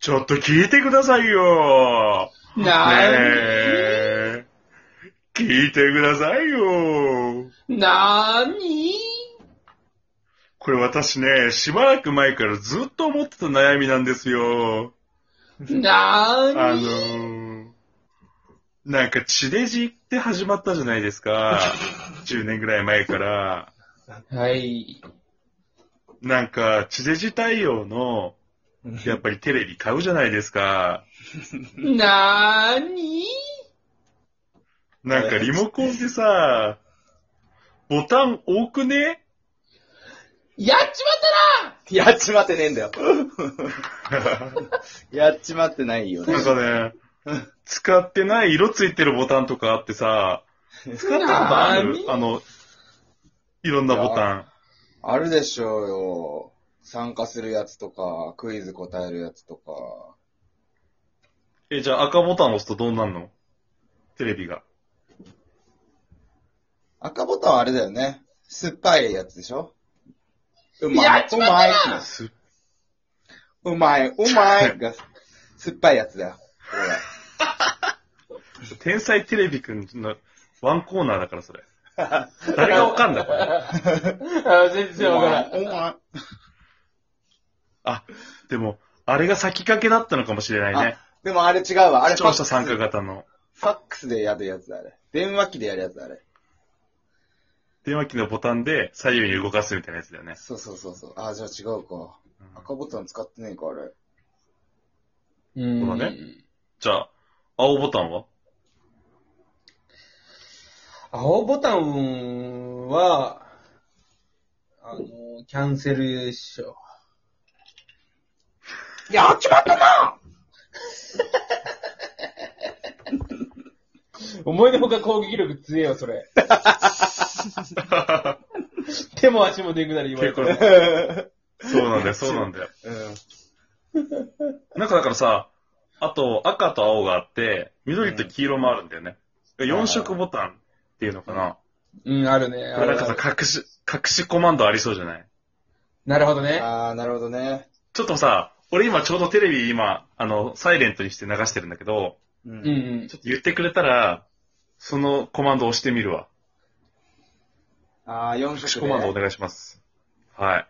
ちょっと聞いてくださいよ。なねえ。聞いてくださいよ。になにこれ私ね、しばらく前からずっと思ってた悩みなんですよ。あのなにー、なんか地デジって始まったじゃないですか。10年ぐらい前から。はい。なんか、地デジ対応の、やっぱりテレビ買うじゃないですか。なになんかリモコンでさ、ボタン多くねやっちまったな やっちまってねえんだよ。やっちまってないよねな。んかね、使ってない色ついてるボタンとかあってさ、使ったことあるなーにあの、いろんなボタン。あるでしょうよ。参加するやつとか、クイズ答えるやつとか。え、じゃあ赤ボタン押すとどうなんのテレビが。赤ボタンはあれだよね。酸っぱいやつでしょうやまっい、ちうまったまいな、すうまい、うまいが、酸っぱいやつだよ。これ天才テレビくんのワンコーナーだからそ れ。誰がわかんだこれ。あ全然わからん。うまい。あ、でも、あれが先駆けだったのかもしれないね。でもあれ違うわ。あれ視聴ファ者ックス参加型の。ファックスでやるやつだ、あれ。電話機でやるやつだ、あれ。電話機のボタンで左右に動かすみたいなやつだよね。そうそうそうそう。あ、じゃあ違うか。赤ボタン使ってねえか、あれ。うんそうだねじゃあ、青ボタン は青ボタンは、あの、キャンセルでしょ。やっちまったな 思いのほか攻撃力強えよ、それ。手も足も出くなり言われ結て構、 る。そうなんだよ、そうなんだよ。うん。なんかだからさ、あと赤と青があって、緑と黄色もあるんだよね。4色ボタンっていうのかな。うん、あるね。これなんかあるあるさ、隠し、隠しコマンドありそうじゃないなるほどね。あー、なるほどね。ちょっとさ、俺今ちょうどテレビ今、あの、サイレントにして流してるんだけど、ううんう。ん。ちょっと言ってくれたら、そのコマンドを押してみるわ。あー、4隠し色コマンドおね。願いします。はい。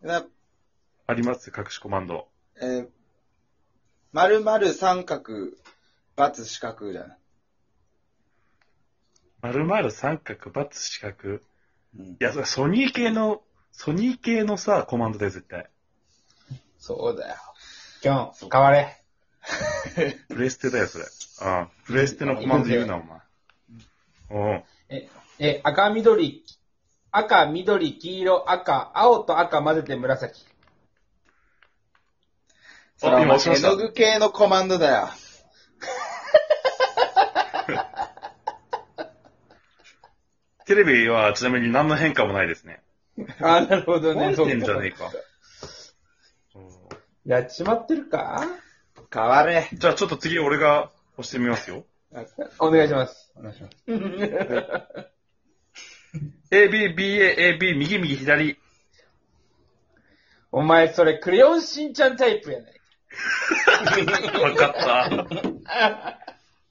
なあります隠しコマンド。えー、丸々三角、バツ四角じゃない。丸々三角、×四角。うんい。や、それソニー系の、ソニー系のさ、コマンドだよ、絶対。そうだよ。キョン、変われ。プレステだよ、それ。うん。プレステのコマンド言うな、お前。うん。え、え、赤、緑、赤、緑、黄色、赤、青と赤混ぜて紫。 それは今もう押しま絵したの具系のコマンドだよ。テレビはちなみに何の変化もないですね。あ、なるほどね。慣れてんじゃねえうか。うんやっちまってるか 変われ。じゃあちょっと次俺が押してみますよ。お願いし ます。お願いします。 A, B, B, A, A, B, 右、右、左。お前、それ、クレヨンしんちゃんタイプやね。 わかった。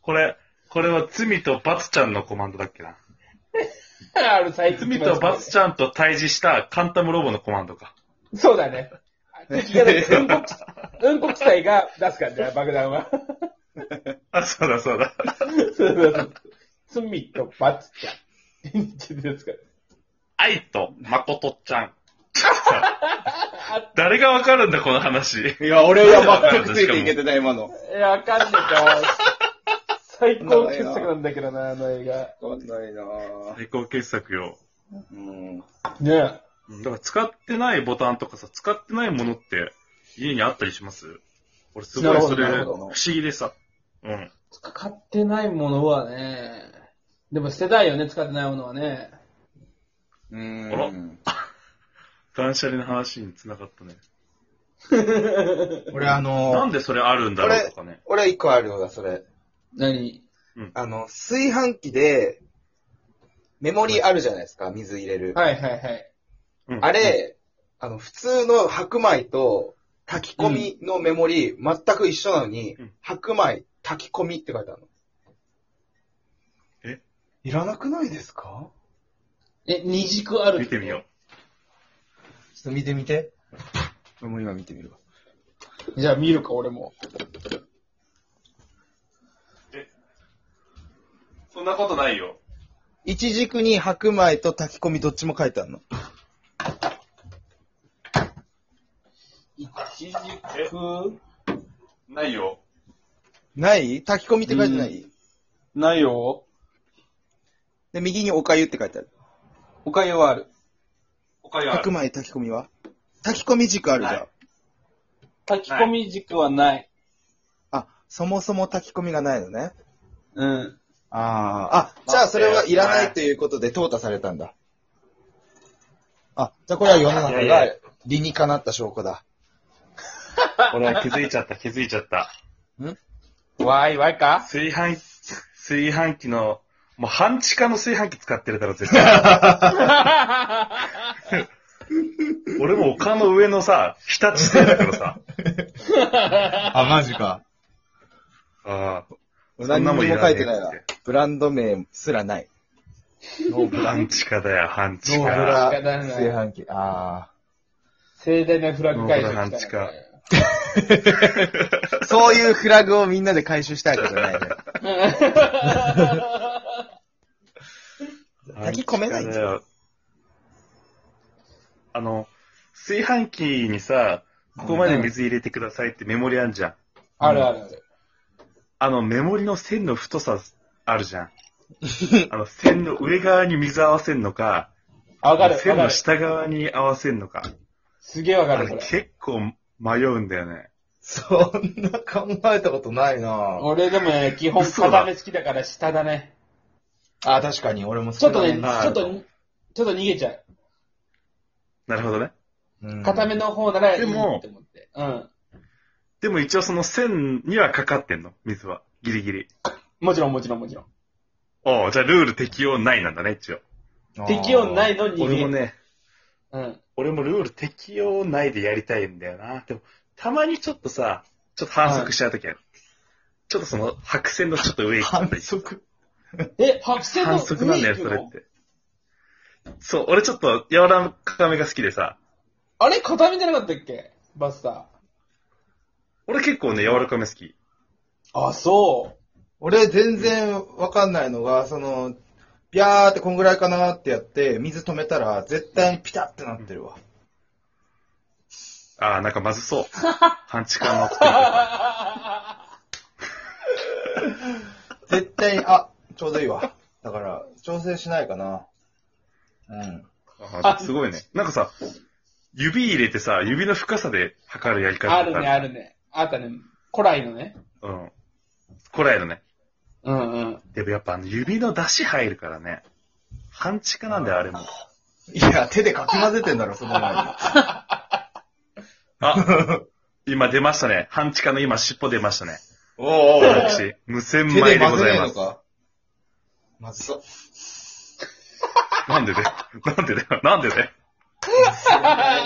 これ、これは罪と罰ちゃんのコマンドだっけな。ある、最近。罪と罰ちゃんと対峙したカンタムロボのコマンドか。 そうだね。敵が だってうんこく、うんこ臭いが出すからね、爆 弾は。あ、そうだそうだ。そうそうそう。罪と罰ちゃん。ちょっとですから愛と誠ちゃん。 誰がわかるんだ、この話。いや、俺は全くついていけてない、今の。いや、わか んねえか。最高傑作なんだけどな、あの映画。わかんないなぁ。最高傑作よ。うん。ねだから使ってないボタンとかさ、使ってないものって家にあったりします俺すごなるいほどそれ、なる不ほど思議でさ。うん。使ってないものはね、でも捨てたいよね、使ってないもの はね。うあらん。断捨離の話に繋がったね。俺なあんの、でそれあるんだろうとかね。俺一個あるよ、それ。何あの、炊飯器で、メモリあるじゃないですか、水入れる。はいはいはい。うんあれ、あの、普通の白米と炊き込みのメモリー、全く一緒なのに、うん白米、炊き込みって書いてあるの。えいらなくないですかえ、二軸ある。見てみよちょっと見てみて。俺も今見てみるわ。じゃあ見るか、俺も。う。そんなことないよ。一軸に白米と炊き込みどっちも書いてあるの。一軸えないよ。ない炊き込みって書いてない、ないよ。で、右におかゆって書いてある。おかゆはある。他にあ白る。米炊き込みは炊き込み軸あるじゃん。ない炊き込み軸はない。あ、そもそも炊き込みがないのね。うん。ああ。あ、じゃあそれはいらないということで淘汰されたんだ。あ、じゃあこれは世の中いやいがや理にかなった証拠だ。俺は気づいちゃった、気づいちゃった。わーいわいか炊飯、炊飯器の、もう半地下の炊飯器使ってるだろ、絶対。 俺も丘の上のさ、日立製だからさ。あ、マジか。ああ。何にも書いてないわそん。ブランド名すらない。ノーブなもんいらねえって半地ラ下だよ、半地ノーブ下。ラ仕方ない炊飯器。あ盛大なフラグ解ノ除ーブランチかあ。そういうフラグをみんなで回収したいわけじゃないね。 炊き込めないんじゃよ。あの、炊飯器にさ、ここまで水入れてくださいってメモリあんじゃん。 あるあるある。あの、メモリの線の太さあるじゃん。あの、線の上側に水合わせんのか、わかる、わ線かのる。下側に合わせんのか。すげえわかある、れこれ。結構迷うんだよね。そんな考えたことないな俺でもね、基本嘘だ固め好きだから下だね。あ、確かに俺も。ちょっとね、ちはいょっと、ちょっと逃げちゃう。なるほどね。固めの方ならいいでもって思って。うん。でも一応その線にはかかってんの、水は。ギリギリ。もちろんもちろんもちろん。おうじゃあルール適用ないなんだね、一応。適用ないいのに逃俺げもね、うん。俺もルール適用内でやりたいんだよな。でも、たまにちょっとさ、ちょっと反則しちゃうときある。ちょっとその、白線のちょっと上行っちゃったり。則。え、白線の反則なんだよ、そ上行くれのって。そう、俺ちょっと柔らかめが好きでさ、あれ固めじゃなかったっけバスタ俺結構ね、柔らかめ好き。ー。あ、 そう。俺全然わかんないのが、その、ビャーってこんぐらいかなってやって、水止めたら絶対にピタってなってるわ。ああ、なんかまず そう。半地下の作り方。絶対に、あ、ちょうどいいわ。だから、調整しないかな。うん。あーすごいね。なんかさ、指入れてさ、指の深さで測るやり方あるね、ある。るね。あったね。古来のね。うん。こらえのね。うんうん。でもやっぱあの指の出し入るからね。半地下なんだよ、あれも。いや、手でかき混ぜてんだろ、その前に。あ、 今出ましたね。半地下の今尻尾出ましたね。おうおう私、無洗米でございます。かまずそう。なんでだよ。なんでだよ。なんでだよ。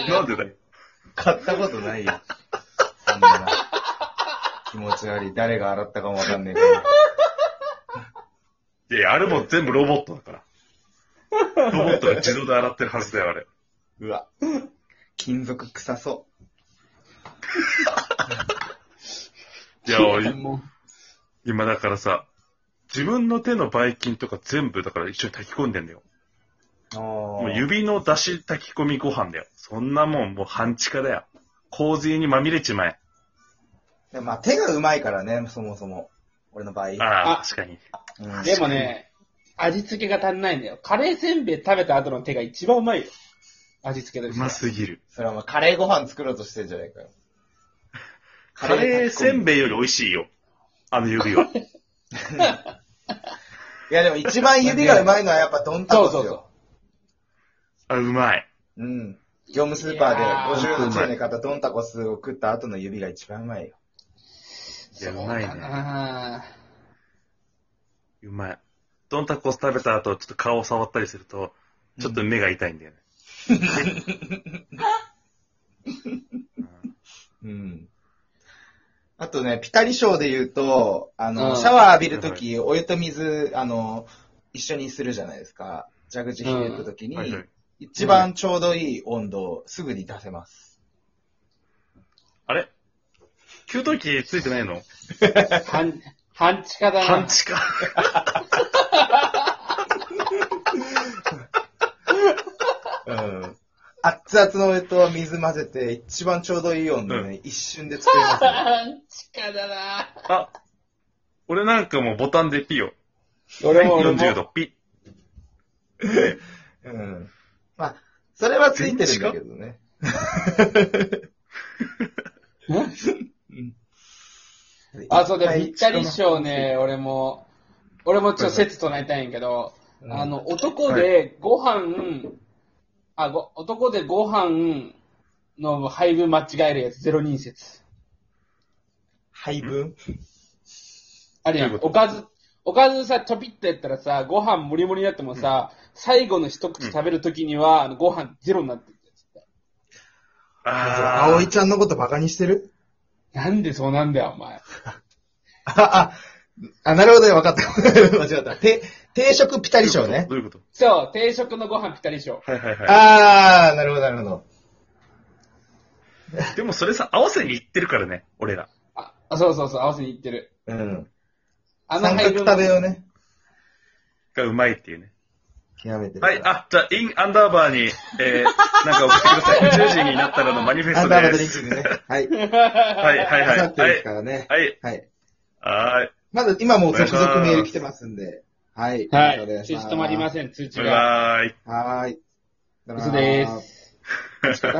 なんでだよ。買ったことないよ。そんな気持ち悪い。誰が洗ったかもわかんねえけど。いや、あれも全部ロボットだ から。ロボットが自動で洗ってるはずだよ、あれ。うわ。金属臭そいや、俺も今だからさ、自分の手のばい菌とか全部だから一緒に炊き込んでんだよ。う。ももう指の出し炊き込みご飯だよ。そんなもんもう半地下だよ。洪水にまみれちまえ。まあ手がうまいからね、そもそも。俺の場合。ああ、あ確かに。うんうでもね、味付けが足りないんだよ。カレーせんべい食べた後の手が一番うまいよ。味付けとうしてはますぎる。それはまあカレーご飯作ろうとしてんじゃないかよ。カレーせんいべいより美味しいよ。あの指 は。やでも一番指がうまいのはやっぱドンタコですそよ。うそうあ、うまい。うん。業務スーパーでいやー58円で買ったドンタコスを食った後の指が一番うまいよ。いや、うまいそうだね。なうまい。ドンタコス食べた後、ちょっと顔を触ったりすると、ちょっと目が痛いんだよね。うん。あとね、ピタリ賞で言うと、あうの、んシャワー浴びるとき、お湯と水、あの、一緒にするじゃないですか。蛇口ひねったときに、はいはい。一番ちょうどいい温度をすぐに出せます。あれ給湯器ついてないの半、半地下だパンな。チか。うん。熱々のお湯と水混ぜて、一番ちょうどいい温度ね、うん一瞬で作れます、ね。半地下だな。あ、俺なんかもうボタンでピよ。俺も俺も。 40度ピ。うん。まあ、それはついてるんだけどね。あ、そうで、はいぴったり賞ね、俺も、俺もちょっと説唱えたいんやけど、うんあの、男でご飯、あ、ご、男でご飯の配分間違えるやつ、ゼロ人説。配分あれや、どうんいうこおかず、おかずさ、ちょぴっとやったらさ、ご飯もりもりになってもさ、最後の一口食べるときには、あのご飯ゼロになってるやつって。あー葵ちゃんのことバカにしてる なんでそうなんだよ、お前。あ、あ、あ、なるほどね、わかった。間違った。て、定食ピタリ賞ね。どういうことそう、定食のご飯ぴったり賞。はいはいはあー、なるほど、なるほど。い。でもそれさ、合わせに行ってるからね、俺ら。あ、あそうそうそう、合わせにいってる。うん。あの三配角分。 食べをね、がうまいっていうね。極めてるかはら。い、あ、じゃあ、インアンダーバーに、えー、なんか送ってください。宇宙人になったらのマニフェアストンダーバーでドリンす。クでね。はい。はいはいはい。刺はさってでいすからね。はい。はい。はい。まだ今もう続お々願いしますメール来てますんで。はい。はお願い。し通知止まりません、通知バイが。バーイ。はーい。嘘です。す。